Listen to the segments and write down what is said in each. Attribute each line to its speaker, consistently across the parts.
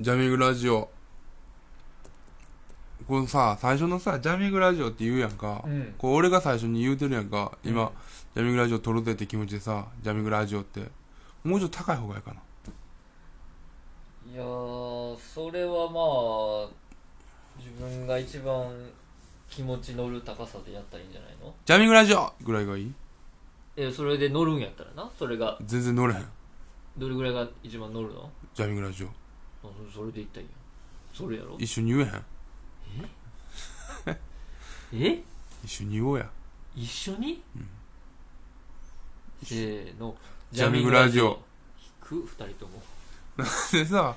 Speaker 1: ジャミングラジオ。このさ、最初のさ、ジャミングラジオって言うやんか。
Speaker 2: うん
Speaker 1: こう俺が最初に言うてるやんか。今、
Speaker 2: うん
Speaker 1: ジャミングラジオ撮るぜって気持ちでさ、ジャミングラジオって。もうちょっと高い方がいいかな。
Speaker 2: いやーそれはまあ自分が一番気持ち乗る高さでやったらいいんじゃないの
Speaker 1: ジャミングラジオぐらいがいい
Speaker 2: えそれで乗るんやったらなそれが
Speaker 1: 全然乗れへん。
Speaker 2: どれぐらいが一番乗るの
Speaker 1: ジャミングラジオ。
Speaker 2: あそそれでいったらいいやんそれやろ
Speaker 1: 一緒に言えへん。
Speaker 2: え
Speaker 1: 一緒に言おうや。
Speaker 2: 一緒に、せーの
Speaker 1: ジャミングラジオ
Speaker 2: ジャミングラジオ引く二人とも
Speaker 1: でさ、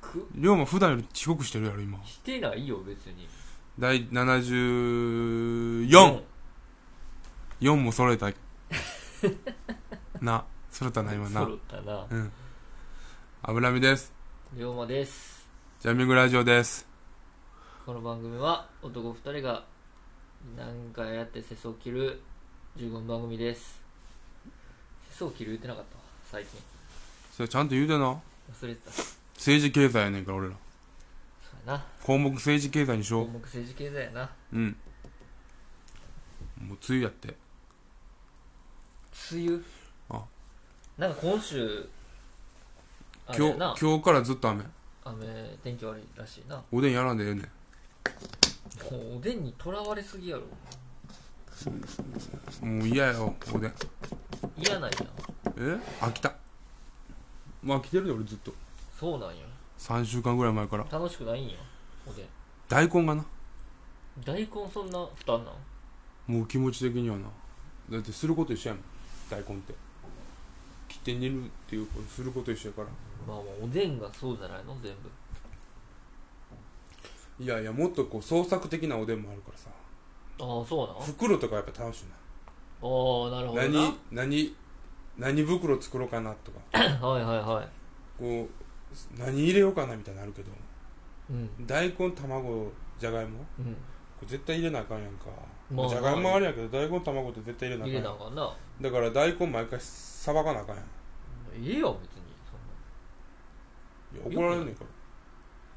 Speaker 2: く
Speaker 1: りょうも普段より遅刻してるやろ、今。
Speaker 2: してないよ別に
Speaker 1: 第 74!4 も揃え た。な、揃ったな、今な
Speaker 2: 揃。ったな
Speaker 1: うん。油身です。
Speaker 2: 龍馬です
Speaker 1: ジャミングラジオです。
Speaker 2: この番組は男二人が何回やって世相を切る15分番組です世相を切る言ってなかったわ最近
Speaker 1: それちゃんと言うてな。
Speaker 2: 忘れてたそ
Speaker 1: 政治経済やねんから、俺ら。
Speaker 2: うやな
Speaker 1: 項目政治経済にしよ
Speaker 2: 項
Speaker 1: う。
Speaker 2: 目政治経済やな
Speaker 1: うん。もう梅雨やって。
Speaker 2: 梅雨
Speaker 1: あ
Speaker 2: なんか今週あれ
Speaker 1: 今
Speaker 2: や
Speaker 1: 日、
Speaker 2: な
Speaker 1: 今日からずっと雨。
Speaker 2: 雨天気悪いらしいな
Speaker 1: おでんやらんでええねん。
Speaker 2: もうおでんにとらわれすぎやろ
Speaker 1: もう嫌よ、おでん。
Speaker 2: 嫌なんや
Speaker 1: え飽きた。もう飽きてるで、俺ずっと。
Speaker 2: そうなんや
Speaker 1: 3週間ぐらい前から。
Speaker 2: 楽しくないんやおでん
Speaker 1: 大根がな。
Speaker 2: 大根そんな負担なん
Speaker 1: もう気持ち的にはな。だってすること一緒やもん。大根って。切って煮るっていうことすること一緒やから。
Speaker 2: まあまあおでんがそうじゃないの全部
Speaker 1: いやいや、もっとこう創作的なおでんもあるからさ。
Speaker 2: ああそうなん
Speaker 1: 袋とかやっぱ楽しいな。
Speaker 2: ああなるほどな
Speaker 1: 何何何袋作ろうかなとか
Speaker 2: はいはいはい
Speaker 1: こう何入れようかなみたいになるけど
Speaker 2: うん
Speaker 1: 大根卵じゃがいも
Speaker 2: うん
Speaker 1: これ絶対入れなあかんやんか、
Speaker 2: まあ
Speaker 1: じゃがいもはあれやけど大根卵って絶対入れなあ
Speaker 2: 入
Speaker 1: かんや
Speaker 2: れ
Speaker 1: ん
Speaker 2: なあかん
Speaker 1: だ
Speaker 2: な
Speaker 1: から大根毎回さばかなあかんやん
Speaker 2: いいよ別にそんない
Speaker 1: や怒られんねんか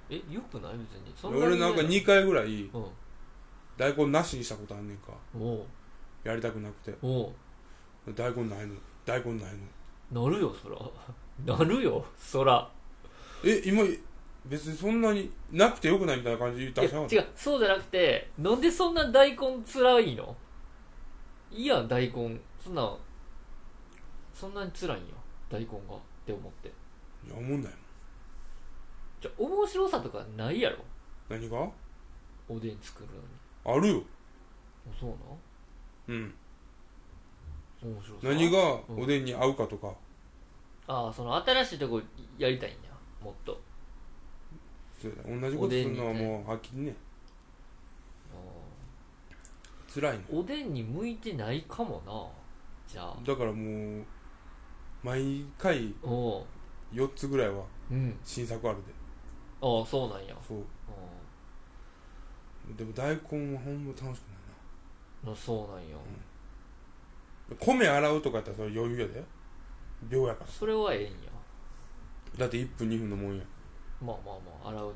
Speaker 2: えよくない別にそ
Speaker 1: ら
Speaker 2: ん
Speaker 1: 俺なんか
Speaker 2: に
Speaker 1: 2回ぐらい
Speaker 2: うん
Speaker 1: 大根なしにしたことあんねんか
Speaker 2: おう
Speaker 1: やりたくなくて
Speaker 2: おう
Speaker 1: 大根ないの大根ないの
Speaker 2: なるよそら なるよそら
Speaker 1: え今別にそんなになくてよくないみたいな感じで
Speaker 2: い
Speaker 1: 言
Speaker 2: や
Speaker 1: ったじゃん
Speaker 2: 違うそうじゃなくてなんでそんな大根つらいのいいやん大根そんなそんなにつらいんよ大根がって思って
Speaker 1: いや思んないもん
Speaker 2: じゃあ面白さとかないやろ
Speaker 1: 何が
Speaker 2: おでん作るのに
Speaker 1: あるよ
Speaker 2: あそうな
Speaker 1: うん
Speaker 2: ん面白さ
Speaker 1: 何がおでんに合うかとか、
Speaker 2: ああその新しいとこやりたいんやもっと
Speaker 1: そうやな同じことするのはもう飽きんね辛いの
Speaker 2: おでんに向いてないかもなじゃあ
Speaker 1: だからもう毎回
Speaker 2: おう
Speaker 1: 4つぐらいは
Speaker 2: うん
Speaker 1: 新作あるで
Speaker 2: ああそうなんや
Speaker 1: そう
Speaker 2: う
Speaker 1: でも大根はほんま楽しくないなん
Speaker 2: あそうなんや
Speaker 1: 米洗うとかやったらそれ余裕やで秒やから
Speaker 2: それはええんや
Speaker 1: だって1分2分のもんや
Speaker 2: まあまあまあ洗うのは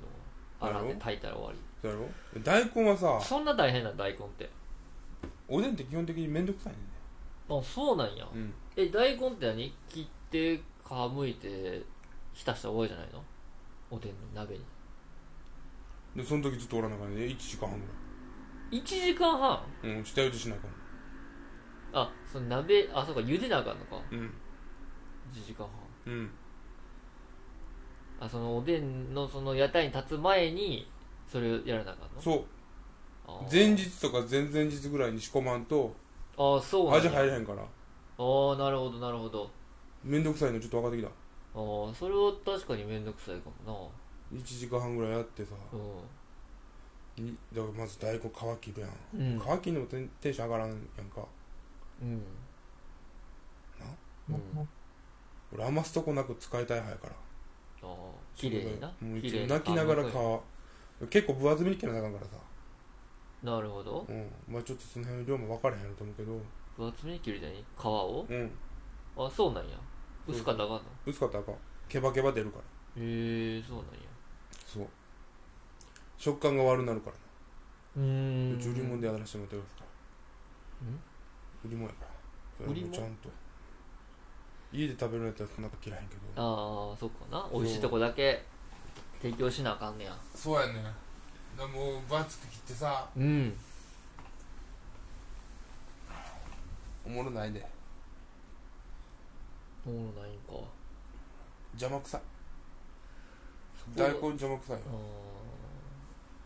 Speaker 2: 洗って
Speaker 1: 洗う
Speaker 2: 炊いたら終わり
Speaker 1: だろ大根はさ
Speaker 2: そんな大変な大根って
Speaker 1: おでんって基本的にめんどくさいね
Speaker 2: あそうなんや
Speaker 1: んね
Speaker 2: え大根って何切って皮むいて浸したら終わりじゃないのおでんの鍋に
Speaker 1: うんでその時ずっとおらなあかんね1時間半ぐ
Speaker 2: 1時間半
Speaker 1: らいうん下打ちしなあかん
Speaker 2: あその鍋あそうか茹でなあかんのか
Speaker 1: うん
Speaker 2: 1時間半
Speaker 1: うん
Speaker 2: あそのおでんのその屋台に立つ前にそれをやらなあかんの
Speaker 1: そう
Speaker 2: あー
Speaker 1: 前日とか前々日ぐらいに仕込まんと
Speaker 2: あーそうなん
Speaker 1: 味
Speaker 2: や
Speaker 1: 入らへんから
Speaker 2: ああなるほどなるほど
Speaker 1: めんどくさいのちょっと分かってきた
Speaker 2: ああそれは確かに面倒くさいかも
Speaker 1: 1時間半ぐらいやってさ
Speaker 2: な
Speaker 1: にだからまず大根皮切るやん、
Speaker 2: うんうん
Speaker 1: 皮切るのもテンテンション上がらんやんか
Speaker 2: うん
Speaker 1: な
Speaker 2: うんあ
Speaker 1: 俺余すとこなく使いたい派やから
Speaker 2: あ綺麗にな
Speaker 1: もうい
Speaker 2: 綺
Speaker 1: つ
Speaker 2: 麗
Speaker 1: も
Speaker 2: に
Speaker 1: 泣きながら
Speaker 2: あ
Speaker 1: 皮
Speaker 2: の
Speaker 1: 結構分厚めに切らなあかんからさ
Speaker 2: なるほど
Speaker 1: うんまあちょっとその辺の量も分からへんやろと思うけど
Speaker 2: 分厚めに切るじゃない皮を
Speaker 1: うん
Speaker 2: あそうなんや薄かったらあかんの
Speaker 1: 薄かったらあかんケバケバ出るから
Speaker 2: へえそうなんや
Speaker 1: そう食感が悪なるから
Speaker 2: うーん
Speaker 1: うち売り物でやらせてもらってますから売り物やからそれはもう
Speaker 2: 売り物
Speaker 1: ちゃんと家で食べるやつはそんな嫌いへんけど
Speaker 2: ああそうかな
Speaker 1: そう
Speaker 2: 美味しいとこだけ提供しなあかんねや
Speaker 3: そうやねんだからもうバツって切ってさ
Speaker 2: うん
Speaker 1: おもろないで
Speaker 2: おもろないんか
Speaker 1: 邪魔くさい
Speaker 2: そ
Speaker 1: 大根
Speaker 2: こ
Speaker 1: 邪魔くさいよ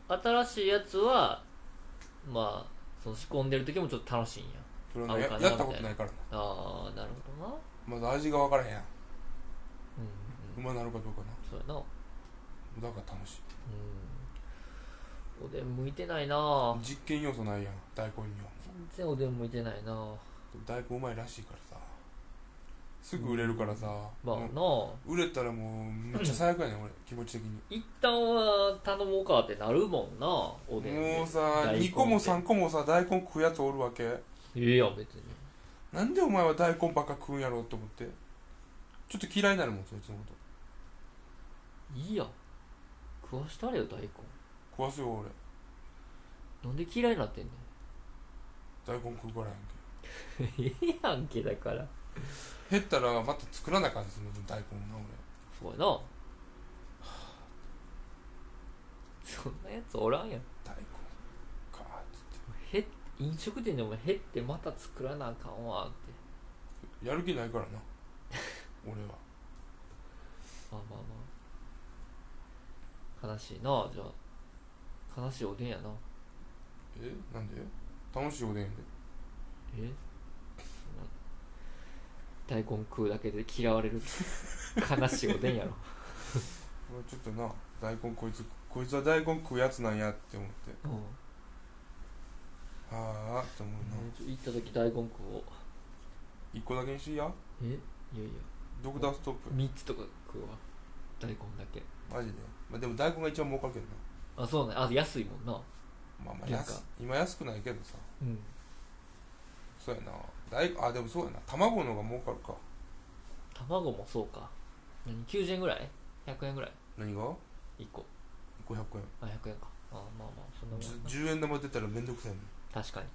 Speaker 2: あー新しいやつはまあその仕込んでる時もちょっと楽しいんや
Speaker 1: それはね
Speaker 2: 合う
Speaker 1: や
Speaker 2: かな
Speaker 1: やったことないからな
Speaker 2: ああなるほどな
Speaker 1: まだ味が分からへんやん
Speaker 2: うん、
Speaker 1: うまなるかどうかな
Speaker 2: そうやな
Speaker 1: だから楽しい
Speaker 2: うんおでん向いてないな
Speaker 1: 実験要素ないやん大根には
Speaker 2: 全然おでん向いてないな
Speaker 1: 大根うまいらしいからさすぐ売れるからさ、
Speaker 2: まあ
Speaker 1: もう
Speaker 2: な
Speaker 1: 売れたらもうめっちゃ最悪やねん俺気持ち的に
Speaker 2: 一旦は頼もうかってなるもんなおでんで
Speaker 1: もうさ
Speaker 2: 大根って
Speaker 1: 2個も3個もさ大根食うやつおるわけ
Speaker 2: いいやん別に
Speaker 1: なんでお前は大根ばっか食うんやろうと思ってちょっと嫌いになるもんそいつのこと
Speaker 2: いいやん食わしたれよ大根
Speaker 1: 食わすよ俺
Speaker 2: なんで嫌いになってんね
Speaker 1: 大根食うからやんけ
Speaker 2: んいいやんけだから
Speaker 1: 減ったらまた作らなあかんするの大根な俺
Speaker 2: そうやなそんなやつおらんやん
Speaker 1: 大根かーっつっ
Speaker 2: へっ飲食店でも減ってまた作らなあかんわって
Speaker 1: てやる気ないからな 俺は
Speaker 2: まあまあまあ悲しいなじゃあ悲しいおでんやな
Speaker 1: えなんで楽しいおでんやで
Speaker 2: え大根食うだけで嫌われる悲しいおでんや ろ
Speaker 1: 俺ちょっとな大根こいつこいつは大根食うやつなんやって思って
Speaker 2: うん
Speaker 1: はあって思うな
Speaker 2: ちょ行った時大根食おう
Speaker 1: 1個だけにしいや
Speaker 2: えいやいや
Speaker 1: ドクターストップ
Speaker 2: 3つとか食うわ大根だけ
Speaker 1: マジで、まあ、でも大根が一番儲かるけどな
Speaker 2: あそうねあ安いもんな
Speaker 1: まあまあ
Speaker 2: なんか
Speaker 1: 安今安くないけどさ
Speaker 2: うん
Speaker 1: そうやな大あでもそうやな卵の方が儲かるか
Speaker 2: 卵もそうか何90円ぐらい100円ぐらい
Speaker 1: 何が
Speaker 2: 1個
Speaker 1: 500円
Speaker 2: あ100円かあまあまあそんなもん
Speaker 1: じ
Speaker 2: や
Speaker 1: ゅ
Speaker 2: な
Speaker 1: 10円玉出たらめんどくさいね
Speaker 2: 確かに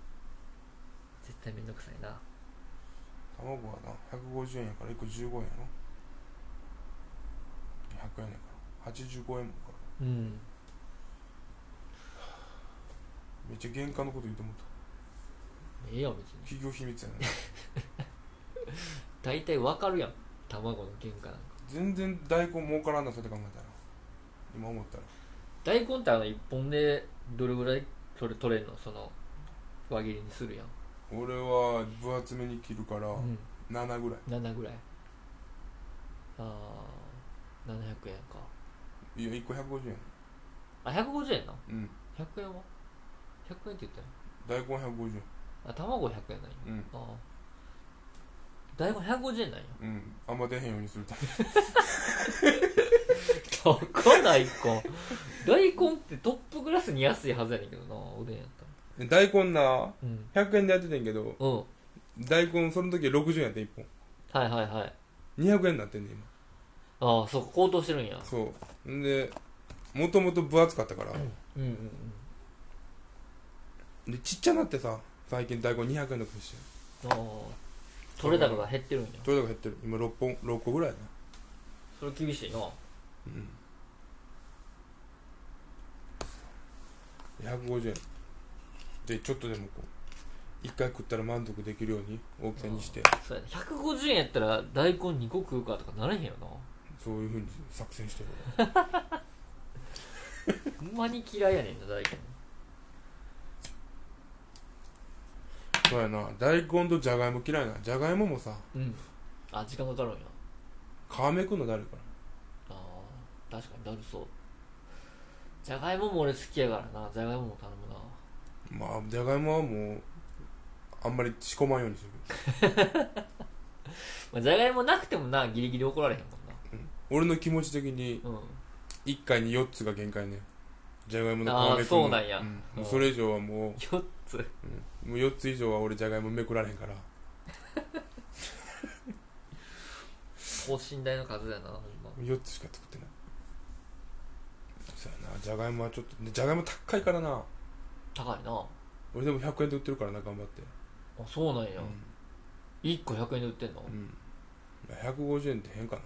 Speaker 2: 絶対めんどくさいな
Speaker 1: 卵はな150円やから1個15円やろ100円やから85円もんから
Speaker 2: うん
Speaker 1: めっちゃ原価のこと言ってもった
Speaker 2: ええやん別に
Speaker 1: 企業秘密やな
Speaker 2: 大体わかるやん卵の原価なんか
Speaker 1: 全然大根儲からんなそうやって考えたら今思ったら
Speaker 2: 大根ってあの1本でどれぐらい取れ取れるのその輪切りにするやん、
Speaker 1: 俺は分厚めに切るから
Speaker 2: うん、
Speaker 1: 7ぐら
Speaker 2: 7ぐらいああ700円か
Speaker 1: いいや1個150円
Speaker 2: あ150円な
Speaker 1: うん
Speaker 2: 100円は100円って言ったよ
Speaker 1: 大根150円
Speaker 2: あ卵100円なんや
Speaker 1: うん
Speaker 2: ああ大根150円なんや
Speaker 1: うん、あんま出へんようにするため
Speaker 2: 高い大根 大根ってトップクラスに安いはずやねんけどなおでんやったら
Speaker 1: に大根な
Speaker 2: うん
Speaker 1: 100円でやっててんけど
Speaker 2: うんは
Speaker 1: 大根その時60円やって1本
Speaker 2: いはいはい
Speaker 1: 200円になってんねん
Speaker 2: ああそうか高騰してるんや
Speaker 1: 今そうんでもともと分厚かったから、
Speaker 2: うんうんうん
Speaker 1: でちっちゃなってさ最近大根200円とかにしてる
Speaker 2: ああ取れ高が減ってるんや
Speaker 1: どれだか減ってる今6本六個ぐらいやな
Speaker 2: それ厳しいな
Speaker 1: うん150円でちょっとでもこう1回食ったら満足できるように大きさにして
Speaker 2: そうやね150円やったら大根2個食うかとかなれへんよな
Speaker 1: そういうふうに作戦してる
Speaker 2: ほんまに嫌いやねんな大根
Speaker 1: そうやな大根とじゃがいも嫌いなじゃがいももさ
Speaker 2: うんあ時間かかるんや
Speaker 1: 皮めくのだるから
Speaker 2: ああ確かにだるそうじゃがいもも俺好きやからなじゃがいもも頼むな
Speaker 1: まあじゃがいもはもうあんまり仕込まんようにする
Speaker 2: まあじゃがいもなくてもなギリギリ怒られへんも
Speaker 1: 俺の気持ち的に
Speaker 2: んな
Speaker 1: 1回に4つが限界ねじゃがいもの
Speaker 2: あー
Speaker 1: 皮めくの
Speaker 2: そうなんや
Speaker 1: もうそれ以上はもう
Speaker 2: うん4つ
Speaker 1: もう4つ以上は俺じゃがいもめくられへんから
Speaker 2: 等身大の数やなほんま
Speaker 1: 4つしか作ってないじゃがいもはちょっとでじゃがいも高いからな
Speaker 2: 高いなあ
Speaker 1: 俺でも100円で売ってるからな頑張って
Speaker 2: そうなんや、
Speaker 1: う
Speaker 2: 一1個100円で売ってんの、
Speaker 1: ん、うん、150円って変かな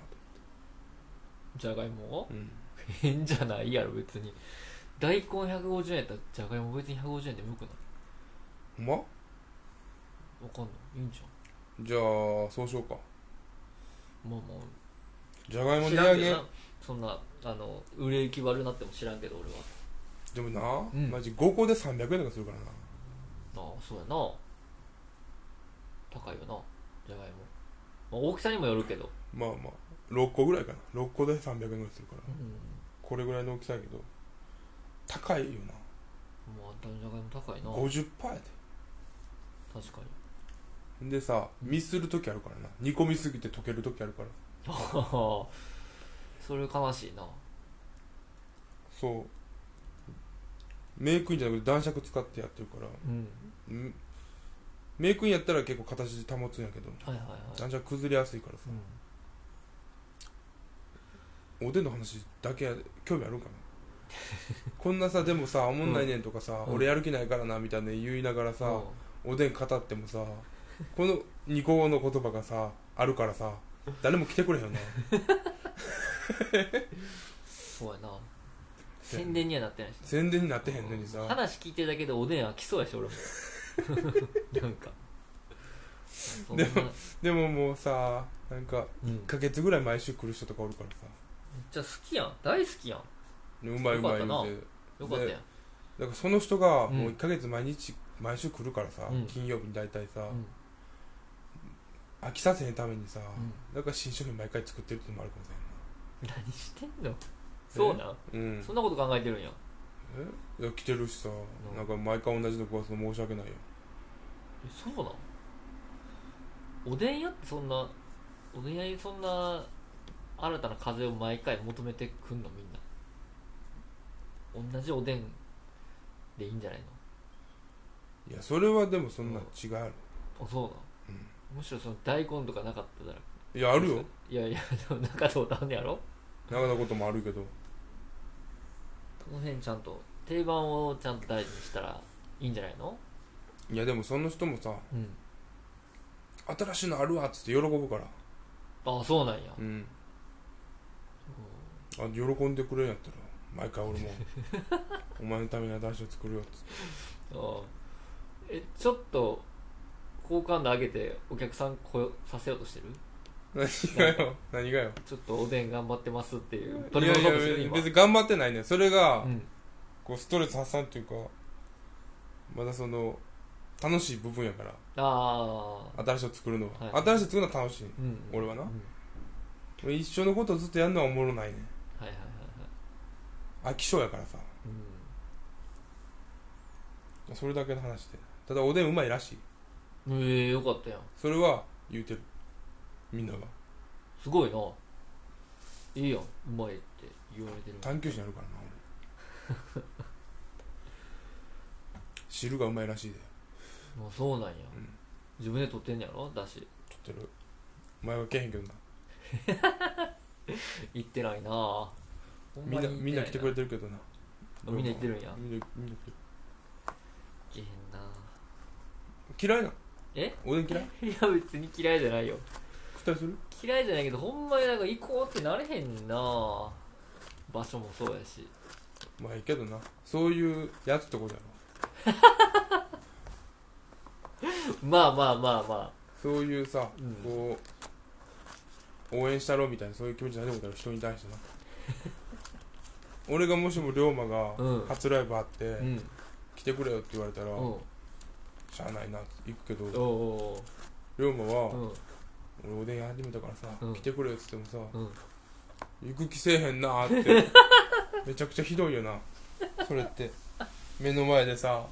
Speaker 2: じゃがい
Speaker 1: と、
Speaker 2: も
Speaker 1: うん、
Speaker 2: 変じゃないやろ別に大根150円やったらじゃがいも別に150円で無くない
Speaker 1: ほんま
Speaker 2: わかんないいいんじ
Speaker 1: じゃあそうしようか
Speaker 2: ゃんまあま
Speaker 1: じゃがい
Speaker 2: あ
Speaker 1: も
Speaker 2: 知
Speaker 1: 値
Speaker 2: ら
Speaker 1: 上
Speaker 2: んけ
Speaker 1: げ
Speaker 2: どなそんなあの売れ行き悪なっても知らんけど俺は
Speaker 1: でもな、
Speaker 2: うん
Speaker 1: マジ5個で300円とかするからな
Speaker 2: ああそうやな高いよなじゃがいも、まあ、大きさにもよるけど
Speaker 1: まあまあ6個ぐらいかな6個で300円ぐらいするから
Speaker 2: うん
Speaker 1: これぐらいの大きさやけど高いよ
Speaker 2: まあじゃがいも高い
Speaker 1: な
Speaker 2: な
Speaker 1: 50%や
Speaker 2: 確かに
Speaker 1: ででさミスる時あるからな煮込みすぎて溶ける時あるから
Speaker 2: あはは それ悲しいな
Speaker 1: そうメイクインじゃなくて男爵使ってやってるから
Speaker 2: うん
Speaker 1: うんメイクインやったら結構形保つんやけど
Speaker 2: はいはいはい、
Speaker 1: 男爵崩れやすいからさ
Speaker 2: うん、
Speaker 1: おでんの話だけや興味ある んかなこんなさでもさおもんないねんとかさ、
Speaker 2: うん
Speaker 1: 俺やる気ないからなみたいな言いながらさ、
Speaker 2: うん
Speaker 1: おでん語ってもさこの二個の言葉がさあるからさ誰も来てくれへんよな
Speaker 2: そうやな宣伝にはなってないしな
Speaker 1: 宣伝になってへんのにさ
Speaker 2: 話聞いてるだけでおでん飽きそうやし 俺もなんかそんな
Speaker 1: ででももうさなんか
Speaker 2: うん、めっ
Speaker 1: 1ヶ月ぐらい毎週来る人とかおるからさ
Speaker 2: ちゃ好きやん大好きやん
Speaker 1: うまいうまい言
Speaker 2: よか
Speaker 1: うて
Speaker 2: ったなよかったやん
Speaker 1: だからその人が
Speaker 2: うん
Speaker 1: もう1ヶ月毎日毎週来るからさ、
Speaker 2: うん
Speaker 1: 金曜日に大体さ、
Speaker 2: うん
Speaker 1: 飽きさせへんためにさ、
Speaker 2: ん
Speaker 1: なんか新商品毎回作ってるってのもあるかもし
Speaker 2: 何してんのそうなん
Speaker 1: れんなうん
Speaker 2: そんなこと考えてるんや
Speaker 1: いや来てるしさ、
Speaker 2: ん
Speaker 1: なんか毎回同じの食わすの申し訳ないよ
Speaker 2: えそうなんおでん屋ってそんなおでん屋にそんな新たな風を毎回求めてくんのみんな同じおでんでいいんじゃないの
Speaker 1: いやそれはでもそんな違いある、
Speaker 2: あそうなん、むしろその大根とかなかったら
Speaker 1: いやあるよ
Speaker 2: いやいやでもなかったことあんねやろ
Speaker 1: なかなこともあるけど
Speaker 2: この辺ちゃんと定番をちゃんと大事にしたらいいんじゃないの
Speaker 1: いやでもその人もさ
Speaker 2: うん
Speaker 1: 新しいのあるわっつって喜ぶから
Speaker 2: あそうなんや、
Speaker 1: うんあ喜んでくれんやったら毎回俺 もお前のために新しいの作るよっつって
Speaker 2: あえちょっと好感度上げてお客さん来よさせようとしてる
Speaker 1: 何がよ何がよ
Speaker 2: ちょっとおでん頑張ってますっていう
Speaker 1: い
Speaker 2: 取り
Speaker 1: やい
Speaker 2: 戻そうとしてる
Speaker 1: や
Speaker 2: 今
Speaker 1: 別に頑張ってないねそれが、
Speaker 2: うん
Speaker 1: こうストレス発散っていうかまだその楽しい部分やから
Speaker 2: ああ
Speaker 1: 新しいの作るのは、
Speaker 2: はい
Speaker 1: 新しいの作るのは楽しい
Speaker 2: うん
Speaker 1: 俺はな
Speaker 2: うん
Speaker 1: 俺一緒のことずっとやるのはおもろないね
Speaker 2: はいはいはいはい
Speaker 1: 飽き性やからさそれだけの話でただおでんうまいらしい
Speaker 2: うんええよかったやん
Speaker 1: それは言うてるみんなが
Speaker 2: すごいないいやんうまいって言われてる
Speaker 1: 探求心あるからな俺汁がうまいらしいで
Speaker 2: もうそうなんや、
Speaker 1: うん
Speaker 2: 自分で取ってんねやろだし
Speaker 1: 取ってるお前はけへんけどな
Speaker 2: 行ってないなほ
Speaker 1: みんなみんな来てくれ
Speaker 2: て
Speaker 1: てるけどな
Speaker 2: あみんな行ってるんや
Speaker 1: みんなみんな来てる
Speaker 2: いけへんな
Speaker 1: 嫌いなの
Speaker 2: え
Speaker 1: おでん嫌い
Speaker 2: いや別に嫌いじゃないよ
Speaker 1: 食ったりする
Speaker 2: 嫌いじゃないけどほんまになんか行こうってなれへんな場所もそうやし
Speaker 1: まあいいけどなそういうやつってことやろ
Speaker 2: まあまあまあま
Speaker 1: そういうさ、
Speaker 2: うん
Speaker 1: こう応援したろみたいなそういう気持ちになることある人に対してな俺がもしも龍馬が
Speaker 2: うん
Speaker 1: 初ライブあって、
Speaker 2: あうん
Speaker 1: 来てくれよって言われたら、
Speaker 2: うんお
Speaker 1: しゃあないな行くけ
Speaker 2: う
Speaker 1: ど
Speaker 2: おう
Speaker 1: 龍馬
Speaker 2: おう
Speaker 1: は、俺おでん屋始めたからさ、
Speaker 2: うん
Speaker 1: 来てくれよって言ってもさ
Speaker 2: うんうん
Speaker 1: 行く気せえへん なってめちゃくちゃひどいよなそれって目の前でさ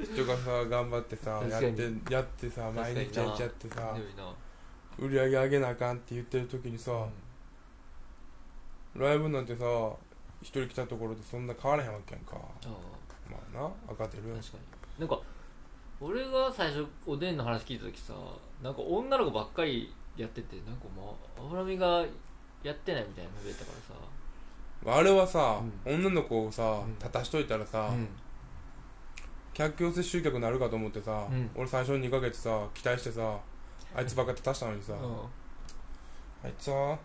Speaker 1: 人がさ頑張ってさ
Speaker 2: 確
Speaker 1: やっ
Speaker 2: かに
Speaker 1: てやってさ
Speaker 2: 確か
Speaker 1: 毎
Speaker 2: にな
Speaker 1: 日やっちゃってさ
Speaker 2: ひどいな
Speaker 1: 売り上げ上げなあかんって言ってる時にさ、ライブなんてさ一人来たところでそんな変わらへんわけやんか
Speaker 2: あ
Speaker 1: まあな赤出る
Speaker 2: あ
Speaker 1: やん
Speaker 2: 確かになんか俺が最初おでんの話聞いた時さなんか女の子ばっかりやっててなんかまあ脂身がやってないみたいなの増えたからさ
Speaker 1: あれはさ、女の子をさ
Speaker 2: うん
Speaker 1: 立たしといたらさ、
Speaker 2: うん
Speaker 1: 客寄せ集客になるかと思ってさ、
Speaker 2: うん
Speaker 1: 俺最初の2ヶ月さ期待してさあいつばっか立たしたのにさ、
Speaker 2: う
Speaker 1: あいつは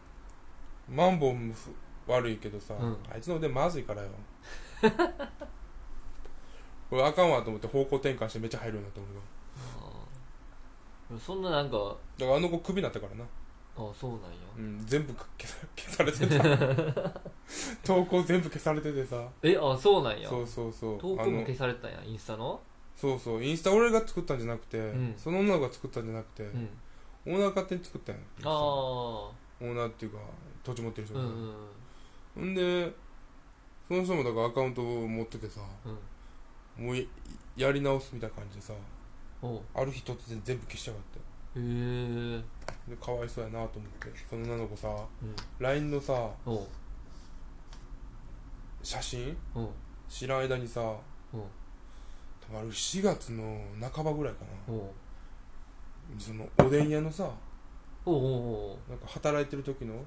Speaker 1: マンボウもふ悪いけどさ、
Speaker 2: うん
Speaker 1: あいつの腕まずい からよこれあかんわと思って方向転換してめっちゃ入るようになった俺が
Speaker 2: んそんななんかあ
Speaker 1: だからあの子クビになったからな、
Speaker 2: そうなんや
Speaker 1: うん、全部か消さ消されて た投稿全部消されててさ
Speaker 2: えあそうなんや
Speaker 1: そうそうそう
Speaker 2: 投稿
Speaker 1: あ
Speaker 2: も
Speaker 1: の
Speaker 2: 消されてたんやインスタの
Speaker 1: そうそうインスタ俺が作ったんじゃなくて、
Speaker 2: ん
Speaker 1: その女の子が作ったんじゃなくて、
Speaker 2: うん
Speaker 1: オーナー勝手に作ったんや
Speaker 2: ああ
Speaker 1: オーナーっていうか土地持ってる人
Speaker 2: う
Speaker 1: が
Speaker 2: んうん
Speaker 1: ほんでその人もだからアカウントを持っててさ
Speaker 2: うん
Speaker 1: もうややり直すみたいな感じでさ
Speaker 2: おう
Speaker 1: ある日突然全部消しちゃがって
Speaker 2: へえうん
Speaker 1: でかわいそうやなと思ってその女の子さ LINE のさ
Speaker 2: おう
Speaker 1: 写真
Speaker 2: おう
Speaker 1: 知らん間にさ
Speaker 2: おう
Speaker 1: たまる4月の半ばぐらいか
Speaker 2: お
Speaker 1: な
Speaker 2: う
Speaker 1: そのおでん屋のさ
Speaker 2: おうおう
Speaker 1: なんか働いてる時の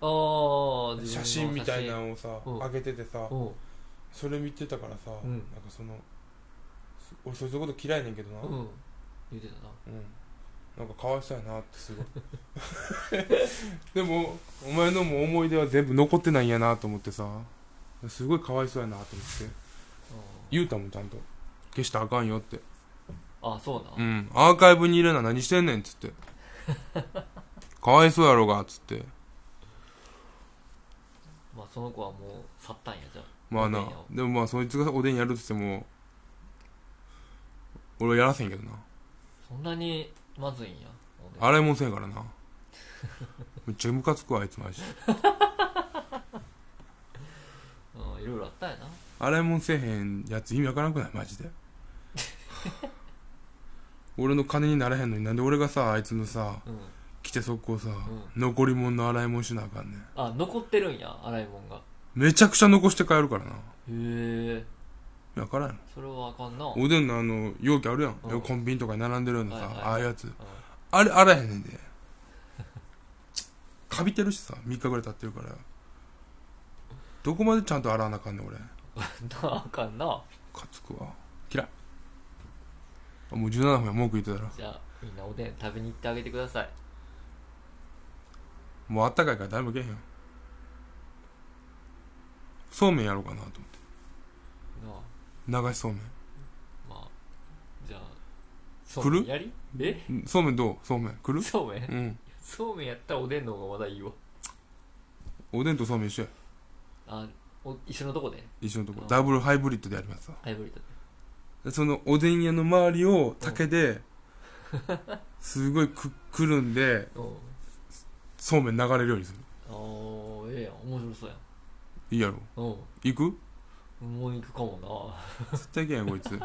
Speaker 2: おうああ
Speaker 1: 写真みたいなのをさ
Speaker 2: うん
Speaker 1: 上げててさ
Speaker 2: おう
Speaker 1: それ見てたからさ、
Speaker 2: うん
Speaker 1: なんかそのそ俺そういうこと嫌いねんけどな、
Speaker 2: う
Speaker 1: うん
Speaker 2: ん言うてたな
Speaker 1: なんかかわいそうやなってすごい でもお前のも思い出は全部残ってないんやなと思ってさすごいかわいそうやなと思って言うたもんちゃんと消したらあかんよって
Speaker 2: ああそうな
Speaker 1: うんアーカイブに入れな何してんねんっつってかわいそうやろがっつって
Speaker 2: まあその子はもう去ったんやじゃあ
Speaker 1: まあ
Speaker 2: お
Speaker 1: な
Speaker 2: でんや
Speaker 1: でもまあそいつがおでんやるって言っても俺はやらせんけどな
Speaker 2: そんなにまずいんや
Speaker 1: 洗い物せんからなめっちゃムカつくわあいつマジ
Speaker 2: うんいろいろあったんやな
Speaker 1: 洗い物せえへんやつ意味わからなくないマジで 俺の金にならへんのになんで俺がさあいつのさ
Speaker 2: うん
Speaker 1: 来て速攻さ、
Speaker 2: ん
Speaker 1: 残り物の洗い物しなあかんねん
Speaker 2: あ残ってるんや洗い物が
Speaker 1: めちゃくちゃ残して帰るからな
Speaker 2: へえ
Speaker 1: 意味わからんや
Speaker 2: それはあかんな
Speaker 1: ろおでんのあの容器あるやん、
Speaker 2: うん
Speaker 1: コンビニとかに並んでるようなさ、
Speaker 2: はいはい
Speaker 1: ああいうやつ
Speaker 2: うん
Speaker 1: あれ洗えへんねんで カビてるしさ3日ぐらい経ってるからどこまでちゃんと洗わなあかんねん俺
Speaker 2: なあかん な
Speaker 1: かつくわ嫌いあもう17分や文句言ってたら
Speaker 2: じゃあみんなおでん食べに行ってあげてください
Speaker 1: もうあったかいから誰もけえへんよそうめんやろうかなと
Speaker 2: なあ
Speaker 1: 思って流しそう
Speaker 2: まあじゃあそうめんやりえ
Speaker 1: めんんそうめんどうそうめん来る
Speaker 2: そうめん
Speaker 1: うん
Speaker 2: そうめんやったらおでんの方がまだいいわ
Speaker 1: おでんとそうめん一緒や
Speaker 2: あお一緒のとこで
Speaker 1: 一緒のとこ
Speaker 2: あ
Speaker 1: ダブルハイブリッドでやりますわ
Speaker 2: ハイブリッドで
Speaker 1: でそのおでん屋の周りを竹ですごいくくるんで
Speaker 2: うん
Speaker 1: そうめん流れるようにする
Speaker 2: ああええやん面白そうやん
Speaker 1: いいやろ
Speaker 2: うん
Speaker 1: 行く
Speaker 2: もう行くかも
Speaker 1: 絶対行けんやんこいつ